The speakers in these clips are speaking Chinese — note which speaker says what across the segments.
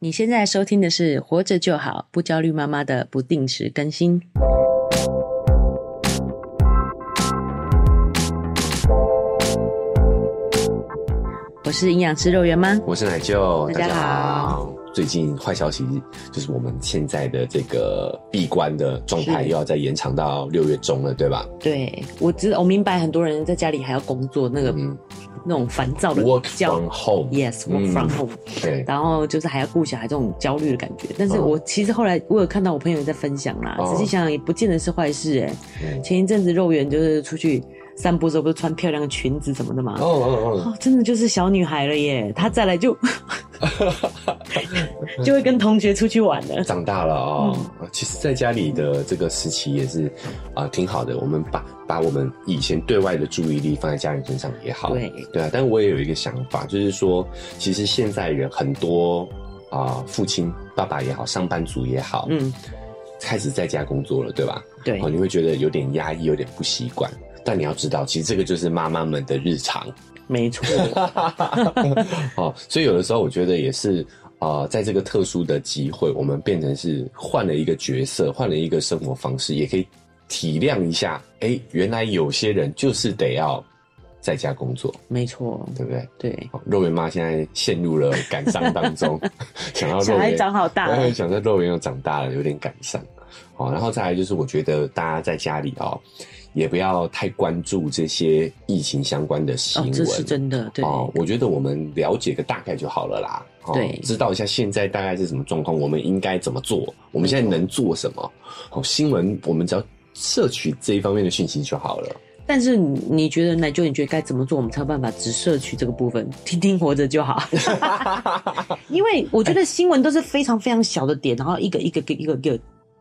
Speaker 1: 你现在收听的是《活着就好，不焦虑妈妈》的不定时更新。我是营养师肉圆妈，
Speaker 2: 我是奶舅，
Speaker 1: 大家好。
Speaker 2: 最近坏消息就是我们现在的这个闭关的状态
Speaker 1: 是
Speaker 2: 又要再延长到六月中了，对吧
Speaker 1: 对我知我明白很多人在家里还要工作，那个、
Speaker 2: 嗯
Speaker 1: 那种烦躁的
Speaker 2: ？Work
Speaker 1: 焦
Speaker 2: from home，
Speaker 1: Yes, work from
Speaker 2: 嗯
Speaker 1: home，、
Speaker 2: 对，
Speaker 1: 然后嗯就是还要顾小孩这种焦虑的感觉。但是
Speaker 2: 嗯
Speaker 1: 我其实后来我有看到我朋友在分享啦，
Speaker 2: 哦
Speaker 1: 仔细想想也不见得是坏事哎、
Speaker 2: 嗯
Speaker 1: 前一阵子肉圆就是出去散步的时候，不是穿漂亮的裙子什么的嘛。
Speaker 2: 哦哦
Speaker 1: 哦，真的就是小女孩了耶！她再来 就就会跟同学出去玩了
Speaker 2: 哦，。长大了哦。
Speaker 1: 嗯
Speaker 2: 其实，在家里的这个时期也是啊、挺好的。我们把把我们以前对外的注意力放在家人身上也好，
Speaker 1: 对，
Speaker 2: 对啊，但我也有一个想法，就是说，其实现在人很多啊、父亲、爸爸也好，上班族也好，
Speaker 1: 嗯，
Speaker 2: 开始在家工作了，对吧？
Speaker 1: 对
Speaker 2: 哦，，你会觉得有点压抑，有点不习惯。但你要知道，其实这个就是妈妈们的日常。
Speaker 1: 没错，
Speaker 2: 哦，所以有的时候我觉得也是。啊、在这个特殊的机会，我们变成是换了一个角色，换了一个生活方式，也可以体谅一下。哎、原来有些人就是得要在家工作，
Speaker 1: 没错，
Speaker 2: 对不对？
Speaker 1: 对。
Speaker 2: 哦肉圆妈现在陷入了感伤当 中，想要
Speaker 1: 小
Speaker 2: 肉
Speaker 1: 孩
Speaker 2: 圆
Speaker 1: 长好大
Speaker 2: 然后
Speaker 1: 了，
Speaker 2: 想在肉圆又长大了，有点感伤。哦，然后再来就是，我觉得大家在家里哦，也不要太关注这些疫情相关的新
Speaker 1: 哦
Speaker 2: 闻。，
Speaker 1: 这是真的，对，
Speaker 2: 哦，我觉得我们了解个大概就好了啦。哦、
Speaker 1: 对
Speaker 2: 知道一下现在大概是什么状况，我们应该怎么做，我们现在能做什么。哦，新闻我们只要摄取这一方面的讯息就好了。
Speaker 1: 但是你你觉得奶舅，你觉得该怎么做，我们才有办法只摄取这个部分， 听听活着就好？ 因为我觉得新闻都是非常非常小的点，然后一个一个一个一个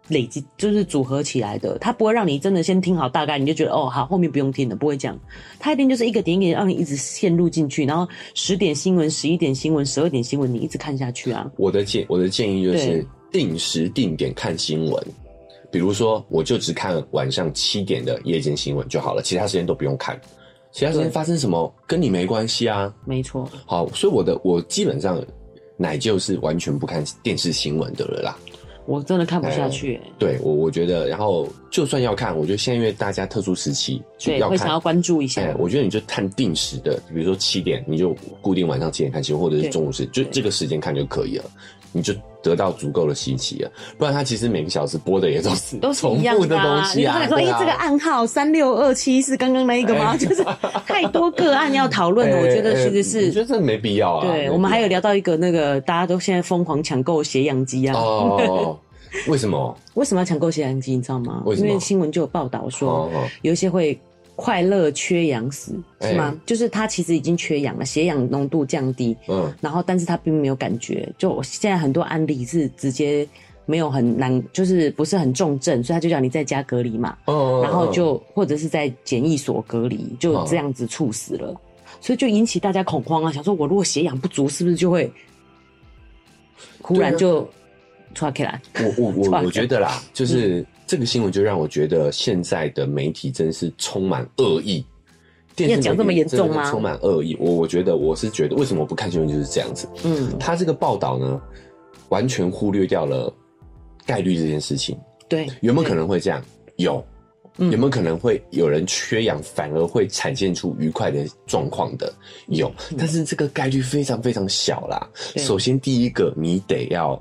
Speaker 1: 累积，就是组合起来的，它不会让你真的先听好大概，你就觉得哦好，后面不用听了，不会这样。它一定就是一个点一个点让你一直陷入进去，然后十点新闻、十一点新闻、十二点新闻，你一直看下去啊。
Speaker 2: 我的建我的建议就是
Speaker 1: 对
Speaker 2: 定时定点看新闻，比如说我就只看晚上七点的夜间新闻就好了，其他时间都不用看。其他时间
Speaker 1: 对
Speaker 2: 发生什么跟你没关系啊。
Speaker 1: 没错，
Speaker 2: 好，所以我的我基本上奶就是完全不看电视新闻的了啦。
Speaker 1: 我真的看不下去、欸
Speaker 2: 对我我觉得，然后就算要看，我觉得现在因为大家特殊时期就
Speaker 1: 对，
Speaker 2: 要
Speaker 1: 会想
Speaker 2: 看
Speaker 1: 要。关注一下。
Speaker 2: 哎，我觉得你就看定时的，比如说七点，你就固定晚上七点看新闻，或者是
Speaker 1: 对
Speaker 2: 中午时，就
Speaker 1: 对
Speaker 2: 这个时间看就可以了，你就得到足够的信息了。不然它其实每个小时播的也都是
Speaker 1: 都是
Speaker 2: 重
Speaker 1: 一样
Speaker 2: 复的
Speaker 1: 啊
Speaker 2: 东西啊。
Speaker 1: 你不可
Speaker 2: 对
Speaker 1: 能说，哎、
Speaker 2: 啊
Speaker 1: 这个暗号三六二七是刚刚那一个吗？
Speaker 2: 哎
Speaker 1: 就是太多个案要讨论了。
Speaker 2: 哎
Speaker 1: 我觉得
Speaker 2: 哎
Speaker 1: 其实
Speaker 2: 我
Speaker 1: 是，
Speaker 2: 觉得这没必要啊。没必
Speaker 1: 对
Speaker 2: 要
Speaker 1: 我们还有聊到一个那个大家都现在疯狂抢购血氧机啊，
Speaker 2: 哦，为什么？
Speaker 1: 为什么要抢购血氧机？你知道吗？
Speaker 2: 为什
Speaker 1: 因
Speaker 2: 么
Speaker 1: 为新闻就有报道说，
Speaker 2: 哦哦
Speaker 1: 有一些会。快乐缺氧死是吗？
Speaker 2: 哎
Speaker 1: 就是他其实已经缺氧了，血氧浓度降低，
Speaker 2: 嗯，
Speaker 1: 然后但是他并没有感觉。就我现在很多案例是直接没有很难，就是不是很重症，所以他就叫你在家隔离嘛。
Speaker 2: 哦，
Speaker 1: 然后就或者是在检疫所隔离，
Speaker 2: 嗯
Speaker 1: 就这样子猝死了，所以就引起大家恐慌啊，想说我如果血氧不足，是不是就会
Speaker 2: 啊
Speaker 1: 忽然就抓起来？
Speaker 2: 我我
Speaker 1: 错
Speaker 2: 我
Speaker 1: 了
Speaker 2: 我觉得啦， 就是这个新闻就让我觉得现在的媒体真是充满恶意。电视
Speaker 1: 要讲这么
Speaker 2: 媒体
Speaker 1: 严重吗
Speaker 2: 真的是充满恶意，我我觉得我是觉得为什么我不看新闻就是这样子。
Speaker 1: 嗯，
Speaker 2: 他这个报道呢，完全忽略掉了概率这件事情，
Speaker 1: 对，
Speaker 2: 有没有可能会这样？有，
Speaker 1: 嗯
Speaker 2: 有没有可能会有人缺氧反而会产现出愉快的状况的？有，但是这个概率非常非常小啦。
Speaker 1: 嗯对
Speaker 2: 首先第一个，你得要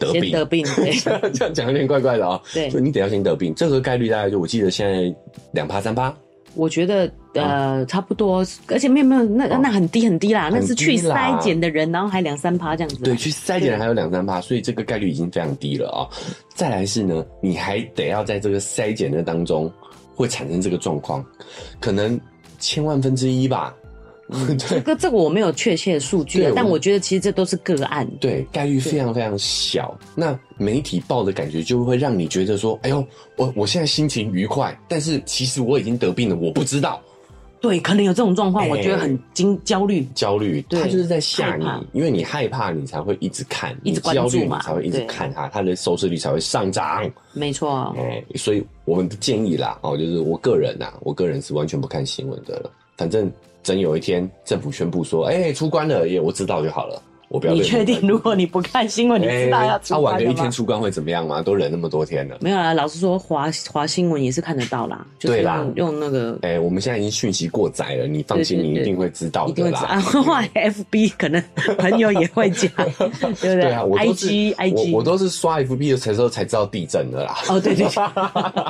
Speaker 2: 得
Speaker 1: 先
Speaker 2: 病，
Speaker 1: 得病？ 对
Speaker 2: 这样讲有点怪怪的啊、
Speaker 1: 对
Speaker 2: 所以你得要先得病，这个概率大概就我记得现在两趴三趴，
Speaker 1: 我觉得呃差不多，而且没有没有，那
Speaker 2: 嗯哦
Speaker 1: 那很低很低啦，
Speaker 2: 很低啦
Speaker 1: 那是去筛检的人，然后还两三趴这样子啊。
Speaker 2: 对，去筛检还有两三趴，所以这个概率已经非常低了啊、再来是呢，你还得要在这个筛检的当中会产生这个状况，可能千万分之一吧，
Speaker 1: 这个这个我没有确切的数据啊
Speaker 2: 对，
Speaker 1: 但
Speaker 2: 我
Speaker 1: 我觉得其实这都是个案。
Speaker 2: 对，概率非常非常小。那媒体报的感觉就会让你觉得说，哎呦，我我现在心情愉快，但是其实我已经得病了，我不知道。
Speaker 1: 对，可能有这种状况，
Speaker 2: 哎
Speaker 1: 我觉得很惊焦虑。
Speaker 2: 焦虑，
Speaker 1: 对
Speaker 2: 他就是在吓你
Speaker 1: 害怕，
Speaker 2: 因为你害怕，你才会一直看，
Speaker 1: 一直
Speaker 2: 你焦
Speaker 1: 关
Speaker 2: 虑，
Speaker 1: 注
Speaker 2: 你
Speaker 1: 嘛
Speaker 2: 才会一直
Speaker 1: 对
Speaker 2: 看它，它的收视率才会上涨。
Speaker 1: 没错啊，
Speaker 2: 哎、所以我们的建议啦，哦，就是我个人呐、我个人是完全不看新闻的了。反正真有一天政府宣布说，哎、出关了，也我知道就好了。我不要被
Speaker 1: 你
Speaker 2: 抹
Speaker 1: 确
Speaker 2: 黑
Speaker 1: 定？如果你不看新闻，你知道要出
Speaker 2: 哎他晚
Speaker 1: 关
Speaker 2: 个一
Speaker 1: 的
Speaker 2: 天
Speaker 1: 吗？
Speaker 2: 出关会怎么样吗？都忍那么多天了。
Speaker 1: 没有啊啦，老实说，华华新闻也是看得到啦，就是
Speaker 2: 对啦
Speaker 1: 用用那个
Speaker 2: 哎、我们现在已经讯息过载了，你放心，
Speaker 1: 对对
Speaker 2: 你一
Speaker 1: 对
Speaker 2: 定会知道
Speaker 1: 一定
Speaker 2: 的
Speaker 1: 会知
Speaker 2: 啦。
Speaker 1: 啊， 后 来 FB 可能朋友也会讲，对不对
Speaker 2: 对啊，我都是
Speaker 1: IG
Speaker 2: 我
Speaker 1: IG
Speaker 2: 我都是刷 FB 的时候才知道地震的啦。
Speaker 1: 哦，对对对，
Speaker 2: 好，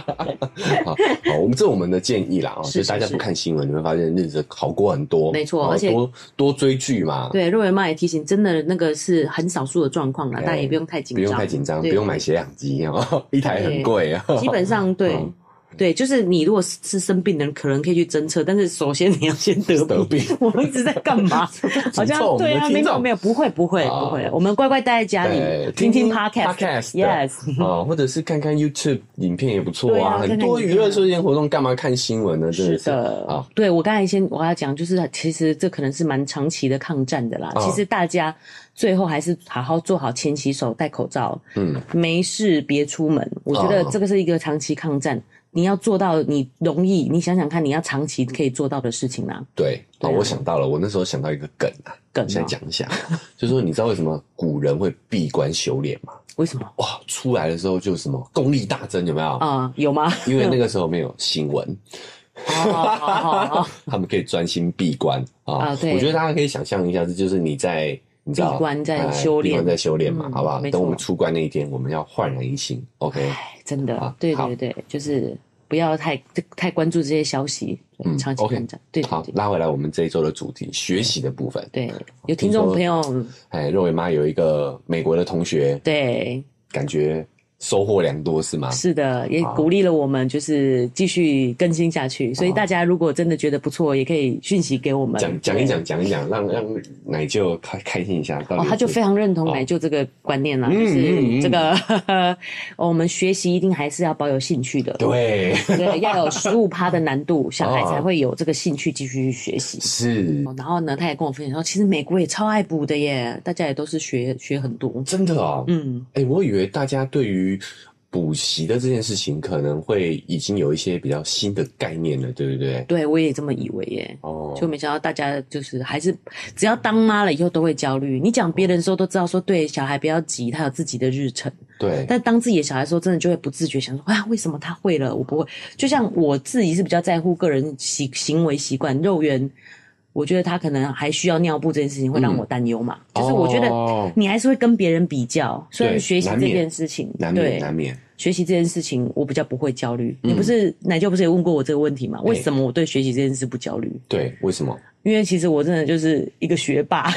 Speaker 2: 好，我们这是我们的建议啦啊，
Speaker 1: 是
Speaker 2: 就是大家
Speaker 1: 是
Speaker 2: 不看新闻，你会发现日子好过很多。
Speaker 1: 没错
Speaker 2: 哦
Speaker 1: 而且
Speaker 2: 多多追剧嘛，
Speaker 1: 对，若圆妈也提醒，真的那个是很少数的状况啦，
Speaker 2: 哎
Speaker 1: 大家也不用太紧
Speaker 2: 不
Speaker 1: 张，
Speaker 2: 用太紧张，不
Speaker 1: 对
Speaker 2: 用买血氧机哦，一台很
Speaker 1: 对
Speaker 2: 贵 啊。
Speaker 1: 基本上对。
Speaker 2: 嗯
Speaker 1: 对，就是你如果是是生病的人，可能可以去侦测，但是首先你要先得
Speaker 2: 得
Speaker 1: 病。
Speaker 2: 病
Speaker 1: 我们一直在干 嘛？好像
Speaker 2: 诅咒我们
Speaker 1: 对
Speaker 2: 的
Speaker 1: 啊，
Speaker 2: 听
Speaker 1: 没有
Speaker 2: 众
Speaker 1: 没有，不会不会
Speaker 2: 啊
Speaker 1: 不会，我们乖乖待在家里
Speaker 2: 对，
Speaker 1: 听听
Speaker 2: 听
Speaker 1: podcast，yes，
Speaker 2: podcast，哦，或者是看看 YouTube 影片也不错
Speaker 1: 对
Speaker 2: 啊，
Speaker 1: 啊
Speaker 2: 很
Speaker 1: 看看
Speaker 2: 多娱
Speaker 1: YouTube
Speaker 2: 乐休闲活动，干嘛看新闻呢？真
Speaker 1: 是
Speaker 2: 是
Speaker 1: 的
Speaker 2: 啊，
Speaker 1: 呃对我刚才先我要讲，就是其实这可能是蛮长期的抗战的啦。
Speaker 2: 啊
Speaker 1: 其实大家最后还是好好做好勤洗手、戴口罩，
Speaker 2: 嗯，
Speaker 1: 没事别出门。我觉得
Speaker 2: 啊
Speaker 1: 这个是一个长期抗战，你要做到你容易，你想想看，你要长期可以做到的事情啦。
Speaker 2: 对啊，
Speaker 1: 对啊
Speaker 2: 我想到了，我那时候想到一个梗啊，
Speaker 1: 梗哦
Speaker 2: 现在讲一下， 就说你知道为什么古人会闭关修炼吗？
Speaker 1: 为什么
Speaker 2: 哇，出来的时候就什么功力大增，有没有？
Speaker 1: 啊、有吗？
Speaker 2: 因为那个时候没有新闻，
Speaker 1: 哦哦哦哦
Speaker 2: 他们可以专心闭关啊
Speaker 1: 啊。对
Speaker 2: 我觉得大家可以想象一下，这就是你在你知道
Speaker 1: 闭关在
Speaker 2: 哎
Speaker 1: 修炼
Speaker 2: 闭关在修炼嘛，
Speaker 1: 嗯
Speaker 2: 好不好？
Speaker 1: 没错
Speaker 2: 等我们出关那一天，我们要焕然一新。OK，
Speaker 1: 哎， 真的
Speaker 2: 啊，
Speaker 1: 对
Speaker 2: 好
Speaker 1: 对对，就是不要太太关注这些消息，对
Speaker 2: 嗯
Speaker 1: 长期
Speaker 2: ，OK，
Speaker 1: 抗战，对对
Speaker 2: 好，
Speaker 1: 对。
Speaker 2: 拉回来我们这一周的主题，学习的部分。
Speaker 1: 对，有听众朋友，
Speaker 2: 哎，肉圆妈有一个美国的同学，
Speaker 1: 对，
Speaker 2: 感觉收获良多，是吗？
Speaker 1: 是的，也鼓励了我们，就是继续更新下去。所以大家如果真的觉得不错，也可以讯息给我们
Speaker 2: 讲讲一。讲，讲一讲，让让奶舅开开心一下。
Speaker 1: 对
Speaker 2: 到底
Speaker 1: 哦，
Speaker 2: 是
Speaker 1: 他就非常认同
Speaker 2: 哦
Speaker 1: 奶舅这个观念啦，
Speaker 2: 嗯
Speaker 1: 就是这个、 哦我们学习一定还是要保有兴趣的，
Speaker 2: 对，
Speaker 1: 对，要有十五趴的难度，小孩
Speaker 2: 哦
Speaker 1: 才会有这个兴趣继续去学 习。
Speaker 2: 是
Speaker 1: 哦然后呢，他也跟我分享说，其实美国也超爱补的耶，大家也都是学学很多，
Speaker 2: 真的哦。
Speaker 1: 嗯，
Speaker 2: 哎、我以为大家对于补习的这件事情，可能会已经有一些比较新的概念了，对不对？
Speaker 1: 对我也这么以为耶。
Speaker 2: 哦，
Speaker 1: 就没想到大家就是还是只要当妈了以后都会焦虑。你讲别人的时候都知道说对小孩不要急，他有自己的日程。
Speaker 2: 对，
Speaker 1: 但当自己的小孩的时候，真的就会不自觉想说啊，为什么他会了我不会？就像我自己是比较在乎个人习行为习惯，肉圆，我觉得他可能还需要尿布这件事情会让我担忧嘛。就是我觉得
Speaker 2: 嗯哦
Speaker 1: 你还是会跟别人比较，虽然
Speaker 2: 对
Speaker 1: 学习
Speaker 2: 难
Speaker 1: 这
Speaker 2: 免
Speaker 1: 件事情，
Speaker 2: 难免
Speaker 1: 对
Speaker 2: 难嗯免，
Speaker 1: 学习这件事情我比较不会焦虑。你不是奶舅不是也问过我这个问题吗？
Speaker 2: 哎
Speaker 1: 为什么我对学习这件事不焦虑？
Speaker 2: 对，为什么？
Speaker 1: 因为其实我真的就是一个学霸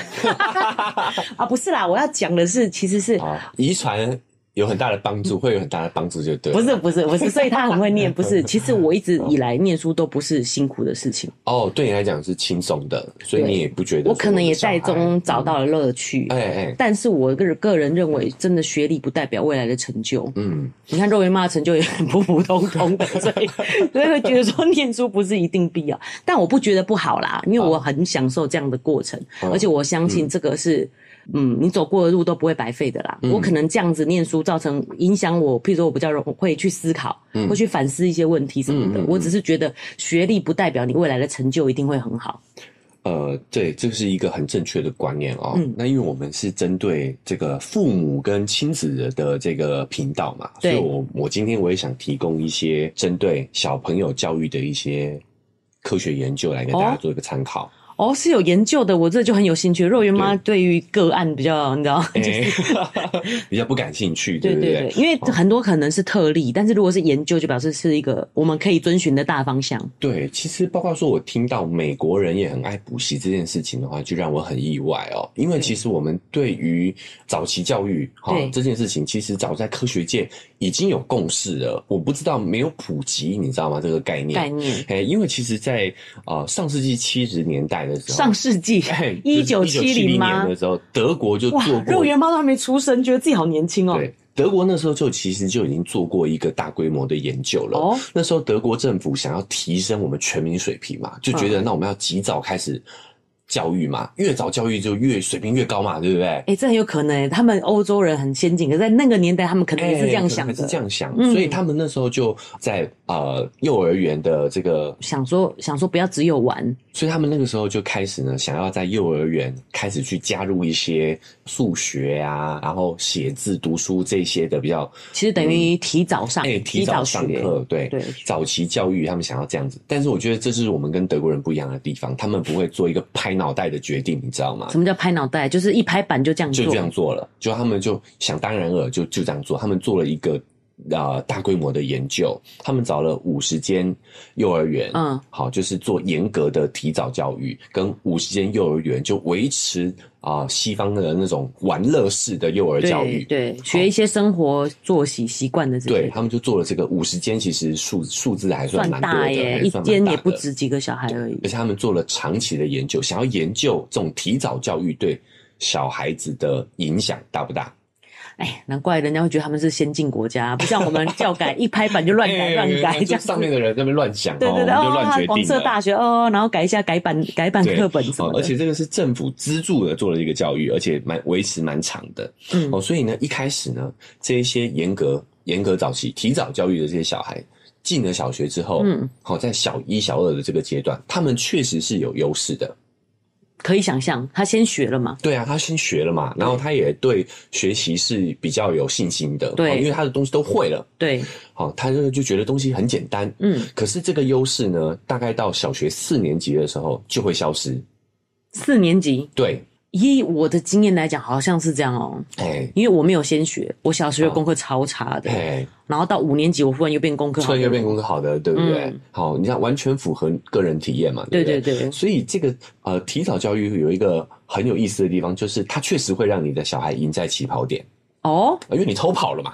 Speaker 1: 啊，不是啦，我要讲的是，其实是
Speaker 2: 啊，遗传有很大的帮助，会有很大的帮助，就对
Speaker 1: 嗯
Speaker 2: 了。
Speaker 1: 不是不是不是，所以他很会念，不是，其实我一直以来念书都不是辛苦的事情，
Speaker 2: 哦，对你来讲是轻松的，所以
Speaker 1: 对
Speaker 2: 你也不觉得。
Speaker 1: 我可能也在中找。到了乐趣。
Speaker 2: 哎哎，
Speaker 1: 但是我个人个人认为，真的学历不代表未来的成就。
Speaker 2: 嗯，
Speaker 1: 你看肉圆妈的成就也很普普通通的，所以所以会觉得说念书不是一定必要。但我不觉得不好啦，因为我很享受这样的过程，
Speaker 2: 哦嗯
Speaker 1: 而且我相信这个是。嗯，你走过的路都不会白费的
Speaker 2: 嗯
Speaker 1: 啦。我可能这样子念书，造成影响我，譬如说我比较容会去思考，会去反思一些问题什么的。
Speaker 2: 嗯嗯嗯嗯
Speaker 1: 我只是觉得学历不代表你未来的成就一定会很好。
Speaker 2: 呃，对，这是一个很正确的观念哦。
Speaker 1: 嗯
Speaker 2: 那因为我们是针对这个父母跟亲子的这个频道嘛，所
Speaker 1: 对
Speaker 2: 以我我今天我也想提供一些针对小朋友教育的一些科学研究来给大家
Speaker 1: 哦
Speaker 2: 做一个参考。
Speaker 1: 哦，是有研究的，我这就很有兴趣。肉圆妈对于个案比较，你知道，
Speaker 2: 哎， 比较不感兴趣，
Speaker 1: 对
Speaker 2: 不哦
Speaker 1: 对对，因为很多可能是特例，但是如果是研究，就表示是一个我们可以遵循的大方向。
Speaker 2: 对，其实包括说，我听到美国人也很爱补习这件事情的话，就让我很意外哦。因为
Speaker 1: 对
Speaker 2: 其实我们对于早期教育哈、
Speaker 1: 对
Speaker 2: 这件事情，其实早在科学界已经有共识了。我不知道没有普及，你知道吗？这个概念。
Speaker 1: 概念，
Speaker 2: 哎，因为其实在，呃上世纪七十年代的时候，
Speaker 1: 上世纪
Speaker 2: 哎
Speaker 1: 一九七零
Speaker 2: 1970
Speaker 1: 吗
Speaker 2: 年的？时候，德国就
Speaker 1: 哇
Speaker 2: 做，
Speaker 1: 肉
Speaker 2: 过
Speaker 1: 圆猫都还没出生，觉得自己好年轻哦。
Speaker 2: 对，德国那时候就其实就已经做过一个大规模的研究了。
Speaker 1: 哦
Speaker 2: 那时候德国政府想要提升我们全民水平嘛，就觉得
Speaker 1: 嗯
Speaker 2: 那我们要及早开始教育嘛，越早教育就越水平越高嘛，对不对？
Speaker 1: 哎、这很有可能、他们欧洲人很先进，可是在那个年代，他们可能也哎是这样
Speaker 2: 哎可能
Speaker 1: 想
Speaker 2: 还
Speaker 1: 的，
Speaker 2: 是这样想，
Speaker 1: 嗯
Speaker 2: 所以他们那时候就在呃幼儿园的这个
Speaker 1: 想说想说不要只有玩，
Speaker 2: 所以他们那个时候就开始呢，想要在幼儿园开始去加入一些数学啊，然后写字、读书这些的比较，
Speaker 1: 其实等于提早上，
Speaker 2: 哎、提早上
Speaker 1: 学
Speaker 2: 课，对
Speaker 1: 对
Speaker 2: 早期教育他们想要这样子。但是我觉得这是我们跟德国人不一样的地方，他们不会做一个拍脑袋的决定，你知道吗？
Speaker 1: 什么叫拍脑袋？就是一拍板就这样
Speaker 2: 就
Speaker 1: 做，
Speaker 2: 这样做了，就他们就想当然尔就就这样做，他们做了一个呃大规模的研究，他们找了五十间幼儿园，
Speaker 1: 嗯，
Speaker 2: 好，就是做严格的提早教育，跟五十间幼儿园就维持啊、西方的那种玩乐式的幼儿教
Speaker 1: 对
Speaker 2: 育，哦
Speaker 1: 对，学一些生活作息习惯的这
Speaker 2: 对
Speaker 1: 些，
Speaker 2: 他们就做了这个五十间，其实数数字还
Speaker 1: 算
Speaker 2: 蛮多
Speaker 1: 大
Speaker 2: 的，
Speaker 1: 耶，
Speaker 2: 还
Speaker 1: 一
Speaker 2: 算蛮
Speaker 1: 间
Speaker 2: 大
Speaker 1: 也不
Speaker 2: 的
Speaker 1: 止几个小孩而已
Speaker 2: 而。且他们做了长期的研究，想要研究这种提早教育对小孩子的影响大不大？
Speaker 1: 哎，难怪人家会觉得他们是先进国家，不像我们教改一拍板就乱改
Speaker 2: 哎
Speaker 1: 乱改这
Speaker 2: 就
Speaker 1: 样子
Speaker 2: 上。面的人在那边乱想，
Speaker 1: 对
Speaker 2: 哦
Speaker 1: 对对，
Speaker 2: 我们就
Speaker 1: 哦
Speaker 2: 乱，决
Speaker 1: 黄
Speaker 2: 定
Speaker 1: 色
Speaker 2: 了。
Speaker 1: 大学哦，然后改一下改版改版
Speaker 2: 对
Speaker 1: 课本什
Speaker 2: 哦
Speaker 1: 么，的，
Speaker 2: 而且这个是政府资助的做了一个教育，而且蛮维持蛮长的。
Speaker 1: 嗯
Speaker 2: 哦，所以呢，一开始呢，这一些严格严格早期提早教育的这些小孩，进了小学之后，
Speaker 1: 嗯，
Speaker 2: 好、在小一、小二的这个阶段，他们确实是有优势的。
Speaker 1: 可以想象，他先学了嘛，
Speaker 2: 对啊，他先学了嘛，然后他也对学习是比较有信心的，
Speaker 1: 对
Speaker 2: 哦因为他的东西都会了，
Speaker 1: 对，
Speaker 2: 好、他就就觉得东西很简单，
Speaker 1: 嗯，
Speaker 2: 可是这个优势呢，大概到小学四年级的时候就会消失。
Speaker 1: 四年级，
Speaker 2: 对，
Speaker 1: 以我的经验来讲，好像是这样哦、
Speaker 2: 哎、
Speaker 1: 因为我没有先学，我小
Speaker 2: 哦
Speaker 1: 学的功课超差的，
Speaker 2: 哎，
Speaker 1: 然后到五年级我忽然又变功课好
Speaker 2: 突
Speaker 1: 的
Speaker 2: 然又变功课好的，对不对？
Speaker 1: 嗯
Speaker 2: 好，你看完全符合个人体验嘛，
Speaker 1: 对
Speaker 2: 不
Speaker 1: 对
Speaker 2: 对？
Speaker 1: 对，
Speaker 2: 所以这个呃，提早教育有一个很有意思的地方，就是它确实会让你的小孩赢在起跑点，
Speaker 1: 哦，
Speaker 2: 呃因为你偷跑了 嘛，？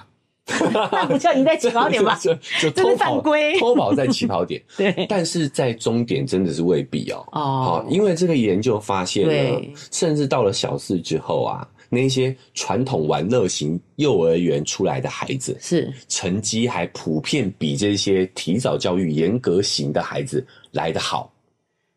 Speaker 1: 那不叫赢哎在起跑点吧
Speaker 2: 就
Speaker 1: 这
Speaker 2: 就
Speaker 1: 是
Speaker 2: 偷
Speaker 1: 犯
Speaker 2: 跑
Speaker 1: 规
Speaker 2: 偷跑在起 跑点，
Speaker 1: 对，
Speaker 2: 但是在终点真的是未必哦。好
Speaker 1: 哦，，
Speaker 2: 因为这个研究发现
Speaker 1: 对
Speaker 2: 呢，甚至到了小四之后啊，那些传统玩乐型幼儿园出来的孩子，
Speaker 1: 是
Speaker 2: 成绩还普遍比这些提早教育严格型的孩子来得好。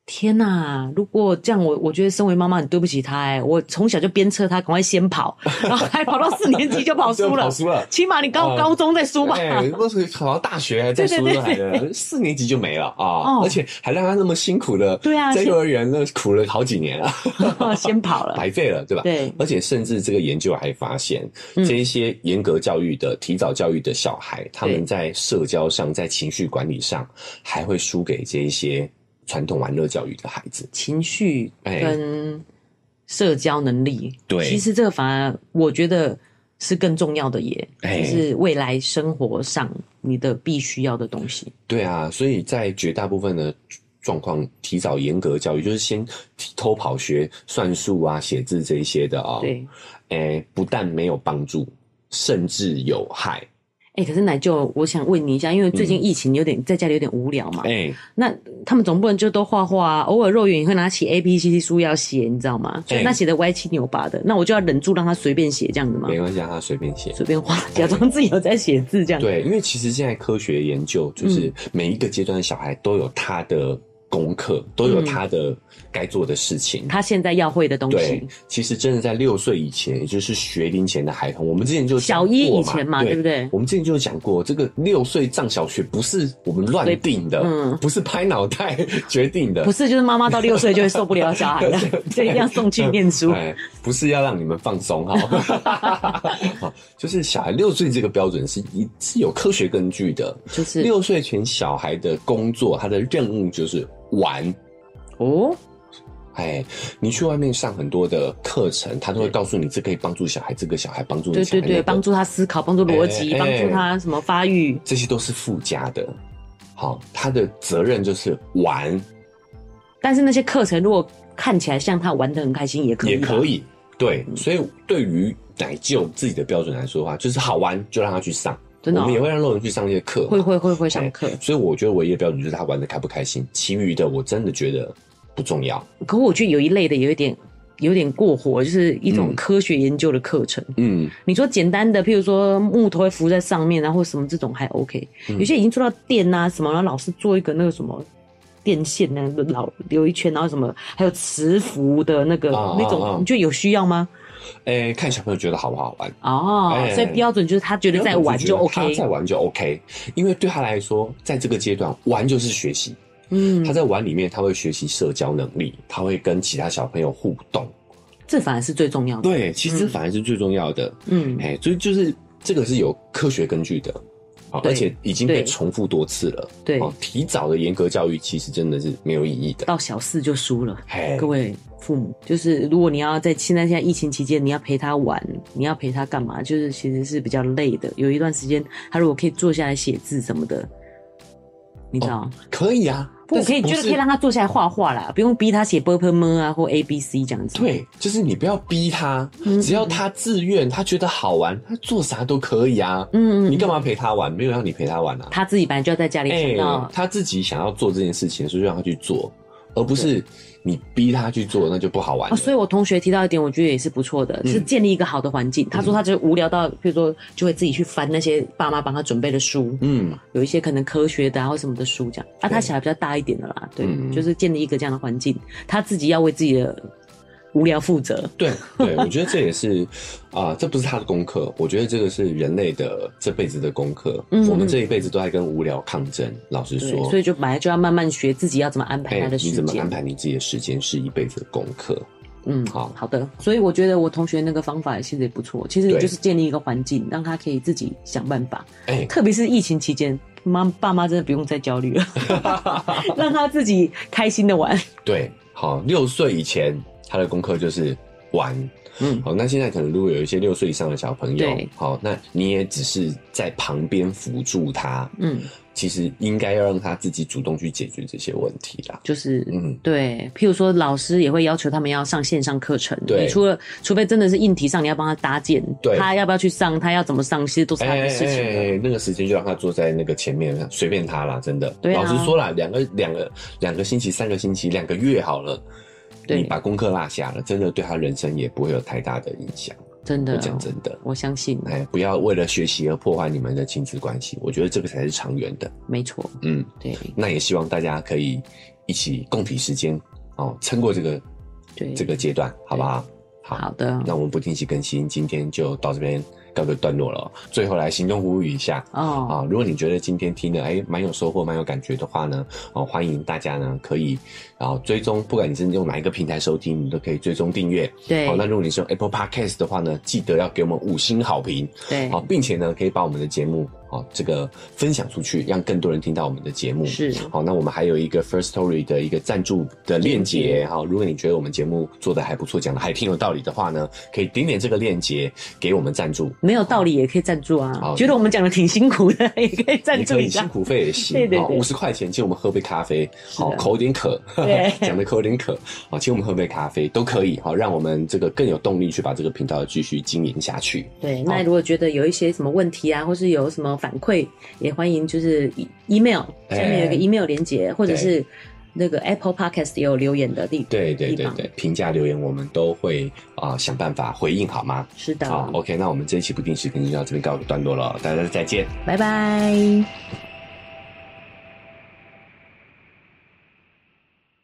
Speaker 1: 天呐！如果这样，我我觉得身为妈妈很对不起他哎、我从小就鞭策他赶快先 跑，然后还跑到四年级就跑输
Speaker 2: 就
Speaker 1: 了
Speaker 2: 跑，输了。
Speaker 1: 起码你高
Speaker 2: 哦
Speaker 1: 高中再输吧。
Speaker 2: 哎，不是考到大学还在
Speaker 1: 对
Speaker 2: 输
Speaker 1: 对
Speaker 2: 了，还的四年级就没了啊！
Speaker 1: 哦
Speaker 2: 而且还让他那么辛苦的，
Speaker 1: 对啊
Speaker 2: 在
Speaker 1: 是
Speaker 2: 幼儿园那苦了好几年 啊，
Speaker 1: 先跑了，
Speaker 2: 白费了，对吧？
Speaker 1: 对
Speaker 2: 而且甚至这个研究还发现，
Speaker 1: 嗯
Speaker 2: 这一些严格教育的、提早教育的小孩，他们在社交上、在情绪管理上，还会输给这一些传统玩乐教育的孩子。
Speaker 1: 情绪
Speaker 2: 哎
Speaker 1: 跟社交能力。
Speaker 2: 对
Speaker 1: 其实这个反而我觉得是更重要的耶，
Speaker 2: 哎
Speaker 1: 就是未来生活上你的必须要的东西。
Speaker 2: 对啊，所以在绝大部分的状况，提早严格教育就是先偷跑学算术啊、写字这一些的啊、哦，
Speaker 1: 对，
Speaker 2: 哎，不但没有帮助，甚至有害。
Speaker 1: 哎、可是奶舅，我想问你一下，因为最
Speaker 2: 嗯
Speaker 1: 近疫情有点、在家里有点无聊嘛，
Speaker 2: 哎
Speaker 1: 那他们总不能就都画画啊，偶尔肉圆也会拿起 A B C D 书要写，你知道吗？所以
Speaker 2: 哎
Speaker 1: 那写的歪七扭八的，那我就要忍住让他随便写这样子吗？
Speaker 2: 没关系，让啊他随便写。
Speaker 1: 随便画， 假装自己有在写字这样。
Speaker 2: 对，因为其实现在科学研究就是每一个阶段的小孩都有他的功课，都有他的该做的事情。
Speaker 1: 他现在要会的东
Speaker 2: 对
Speaker 1: 西，，
Speaker 2: 其实真的在六岁以前，也就是学龄前的孩童，我们之前就讲
Speaker 1: 小一
Speaker 2: 过
Speaker 1: 以前嘛，对不对？
Speaker 2: 我们之前就讲过，这个六岁上小学不是我们乱定的，
Speaker 1: 嗯
Speaker 2: 不是拍脑袋 决定的
Speaker 1: 不，是，就是妈妈到六岁就会受不了小孩 了
Speaker 2: 对，
Speaker 1: 就一定要送去念书。
Speaker 2: 哎，不是要让你们放松哈， 好就是小孩六岁这个标准是一是有科学根据的，
Speaker 1: 就是
Speaker 2: 六岁前小孩的工作，他的任务就是玩。
Speaker 1: 哦，
Speaker 2: 哎，你去外面上很多的课程，他都会
Speaker 1: 对
Speaker 2: 告诉你，这可以帮助小孩，这个小孩帮助你
Speaker 1: 对
Speaker 2: 小
Speaker 1: 对
Speaker 2: 孩那
Speaker 1: 对，
Speaker 2: 个
Speaker 1: 帮助他思考，帮助逻辑，
Speaker 2: 哎
Speaker 1: 帮
Speaker 2: 哎
Speaker 1: 助他什么发育。
Speaker 2: 这些都是附加的。好，他的责任就是玩
Speaker 1: 但是那些课程如果看起来像他玩的很开心，也可以，啊嗯
Speaker 2: 也可。以，对。所以对于奶舅自己的标准来说的话，就是好玩就让他去上，
Speaker 1: 真的哦
Speaker 2: 我们也会让肉人去上这些课嘛，
Speaker 1: 会会会会上
Speaker 2: 哎
Speaker 1: 课。
Speaker 2: 所以我觉得唯一的标准就是他玩的开不开心，其余的我真的觉得不重要。
Speaker 1: 可我觉得有一类的有一点有点过火，就是一种
Speaker 2: 嗯
Speaker 1: 科学研究的课程。
Speaker 2: 嗯，
Speaker 1: 你说简单的，譬如说木头会浮在上面啊，或什么这种还 OK，、有些已经做到电啊什么，然后老师做一个那个什么电线那个老留一圈，然后什么还有磁浮的那个、
Speaker 2: 啊
Speaker 1: 那种，
Speaker 2: 啊啊
Speaker 1: 你觉得有需要吗？
Speaker 2: 哎、看小朋友觉得好不好玩。
Speaker 1: 哦，
Speaker 2: 哎
Speaker 1: 所以标准就是他觉得在玩就
Speaker 2: 他
Speaker 1: OK，
Speaker 2: 在玩就 OK，因为对他来说，在这个阶段玩就是学习，
Speaker 1: 嗯
Speaker 2: 他在玩里面，他会学习社交能力，他会跟其他小朋友互动。
Speaker 1: 这反而是最重要的。
Speaker 2: 对，其实这
Speaker 1: 嗯
Speaker 2: 反而是最重要的。
Speaker 1: 嗯，
Speaker 2: 哎、所以就是这个是有科学根据的，好，
Speaker 1: 对
Speaker 2: 而且已经被
Speaker 1: 对
Speaker 2: 重复多次了。
Speaker 1: 对，
Speaker 2: 哦，提早的严格教育其实真的是没有意义的。
Speaker 1: 到小四就输了。
Speaker 2: 哎
Speaker 1: 各，位父母，就是如果你要在现在现在疫情期间，你要陪他玩，你要陪他干嘛？就是其实是比较累的。有一段时间，他如果可以坐下来写字什么的，你知道吗？
Speaker 2: 可以啊，
Speaker 1: 我
Speaker 2: 但是
Speaker 1: 可以
Speaker 2: 不
Speaker 1: 就是是可以让他坐下来画画啦，不用逼他写 b p m 啊或 a b c 这样子。，
Speaker 2: 对，就是你不要逼他，
Speaker 1: 嗯
Speaker 2: 只要他自愿，他觉得好玩，他做啥都可以啊。
Speaker 1: 嗯
Speaker 2: 你
Speaker 1: 嗯，
Speaker 2: 干嘛陪他玩？没有让你陪他玩啊。
Speaker 1: 他自己本来就要在家里
Speaker 2: 哎、
Speaker 1: 想到，
Speaker 2: 他自己想要做这件事情，所以就让他去做，而不是你逼他去做，那就不好玩
Speaker 1: 哦，
Speaker 2: 了。
Speaker 1: 所以我同学提到一点，我觉得也是不错的，
Speaker 2: 嗯
Speaker 1: 是建立一个好的环境。他说他就无聊到，譬如说就会自己去翻那些爸妈帮他准备的书，
Speaker 2: 嗯，
Speaker 1: 有一些可能科学的啊或什么的书这样。啊，他小孩比较大一点的啦，对，
Speaker 2: 嗯
Speaker 1: 就是建立一个这样的环境，他自己要为自己的无聊负责。
Speaker 2: 对对，我觉得这也是啊、这不是他的功课，我觉得这个是人类的这辈子的功课。
Speaker 1: 嗯
Speaker 2: 我
Speaker 1: 嗯
Speaker 2: 们这一辈子都在跟无聊抗争，老实
Speaker 1: 对，
Speaker 2: 说哎
Speaker 1: 所。以就本来就要慢慢学自己要怎么安排他的
Speaker 2: 你
Speaker 1: 时
Speaker 2: 怎么安
Speaker 1: 间。
Speaker 2: 排你自己的时间是一辈子的功课。
Speaker 1: 嗯，
Speaker 2: 好
Speaker 1: 好的。所以我觉得我同学那个方法其实也不错，其实
Speaker 2: 对
Speaker 1: 就是建立一个环境，让他可以自己想办法。
Speaker 2: 哎、
Speaker 1: 特别是疫情期间，妈爸妈真的不用再焦虑 了，让他自己开心的玩。
Speaker 2: 对，好，六岁以前他的功课就是玩。
Speaker 1: 嗯
Speaker 2: 好，那现在可能如果有一些六岁以上的小朋友
Speaker 1: 对，
Speaker 2: 好，那你也只是在旁边辅助他，
Speaker 1: 嗯，
Speaker 2: 其实应该要让他自己主动去解决这些问题啦。
Speaker 1: 就是。
Speaker 2: 嗯，
Speaker 1: 对，譬如说，老师也会要求他们要上线上课程。
Speaker 2: 对
Speaker 1: 你除了除非真的是硬题上，你要帮他搭建，
Speaker 2: 对
Speaker 1: 他要不要去上，他要怎么上，其实都是他的事情啊了。
Speaker 2: 哎那个时间就让他坐在那个前面，随便他啦，真的。
Speaker 1: 对啊
Speaker 2: 老实说啦，两个两个两个星期、三个星期、两个月好了，
Speaker 1: 对
Speaker 2: 你把功课落下了，真的对他人生也不会有太大的影响。
Speaker 1: 真
Speaker 2: 我
Speaker 1: 的，
Speaker 2: 讲真的。
Speaker 1: 我相信，
Speaker 2: 哎，不要为了学习而破坏你们的亲子关系，我觉得这个才是长远的。
Speaker 1: 没错，
Speaker 2: 嗯，
Speaker 1: 对
Speaker 2: 那也希望大家可以一起共体时间哦，撑过这个
Speaker 1: 对，
Speaker 2: 这个阶段，好不好？好
Speaker 1: 好的
Speaker 2: 那我们不定期更新，今天就到这边告个段落了哦。最后来行动呼吁一下啊、
Speaker 1: 哦，
Speaker 2: 如果你觉得今天听的哎蛮有收获、蛮有感觉的话呢，哦，欢迎大家呢可以啊、追踪，不管你是用哪一个平台收听，你都可以追踪订阅。
Speaker 1: 对
Speaker 2: 好、那如果你是用 Apple Podcast 的话呢，记得要给我们五星好评。
Speaker 1: 对
Speaker 2: 好，，并且呢，可以把我们的节目好这个分享出去，让更多人听到我们的节目。
Speaker 1: 是
Speaker 2: 好，那我们还有一个 First Story 的一个赞助的链接。好，如果你觉得我们节目做的还不错，讲的还挺有道理的话呢，可以点点这个链接给我们赞助。
Speaker 1: 没有道理也可以赞助啊
Speaker 2: 好。
Speaker 1: 觉得我们讲的挺辛苦的，也可以赞
Speaker 2: 你
Speaker 1: 助
Speaker 2: 可
Speaker 1: 一
Speaker 2: 以
Speaker 1: 下
Speaker 2: 辛。苦费也行，
Speaker 1: 对对
Speaker 2: 好，
Speaker 1: 对
Speaker 2: 五十块钱请我们喝杯咖啡，好
Speaker 1: 的
Speaker 2: 口有点渴，
Speaker 1: 对
Speaker 2: 讲的口有点渴，好，请我们喝杯咖啡都可以，好，让我们这个更有动力去把这个频道继续经营下去。
Speaker 1: 对，
Speaker 2: 好
Speaker 1: 那如果觉得有一些什么问题啊，或是有什么反馈，也欢迎就是 e- email
Speaker 2: 哎
Speaker 1: 下面有一个 email 连接，或者是那个 Apple Podcast 也有留言的地
Speaker 2: 对对
Speaker 1: 地
Speaker 2: 对
Speaker 1: 方
Speaker 2: 对，评价留言我们都会啊、想办法回应，好吗？
Speaker 1: 是的，
Speaker 2: 好，OK，那我们这一期不定时更新就到这边告一个段落了，大家再见。
Speaker 1: 拜拜。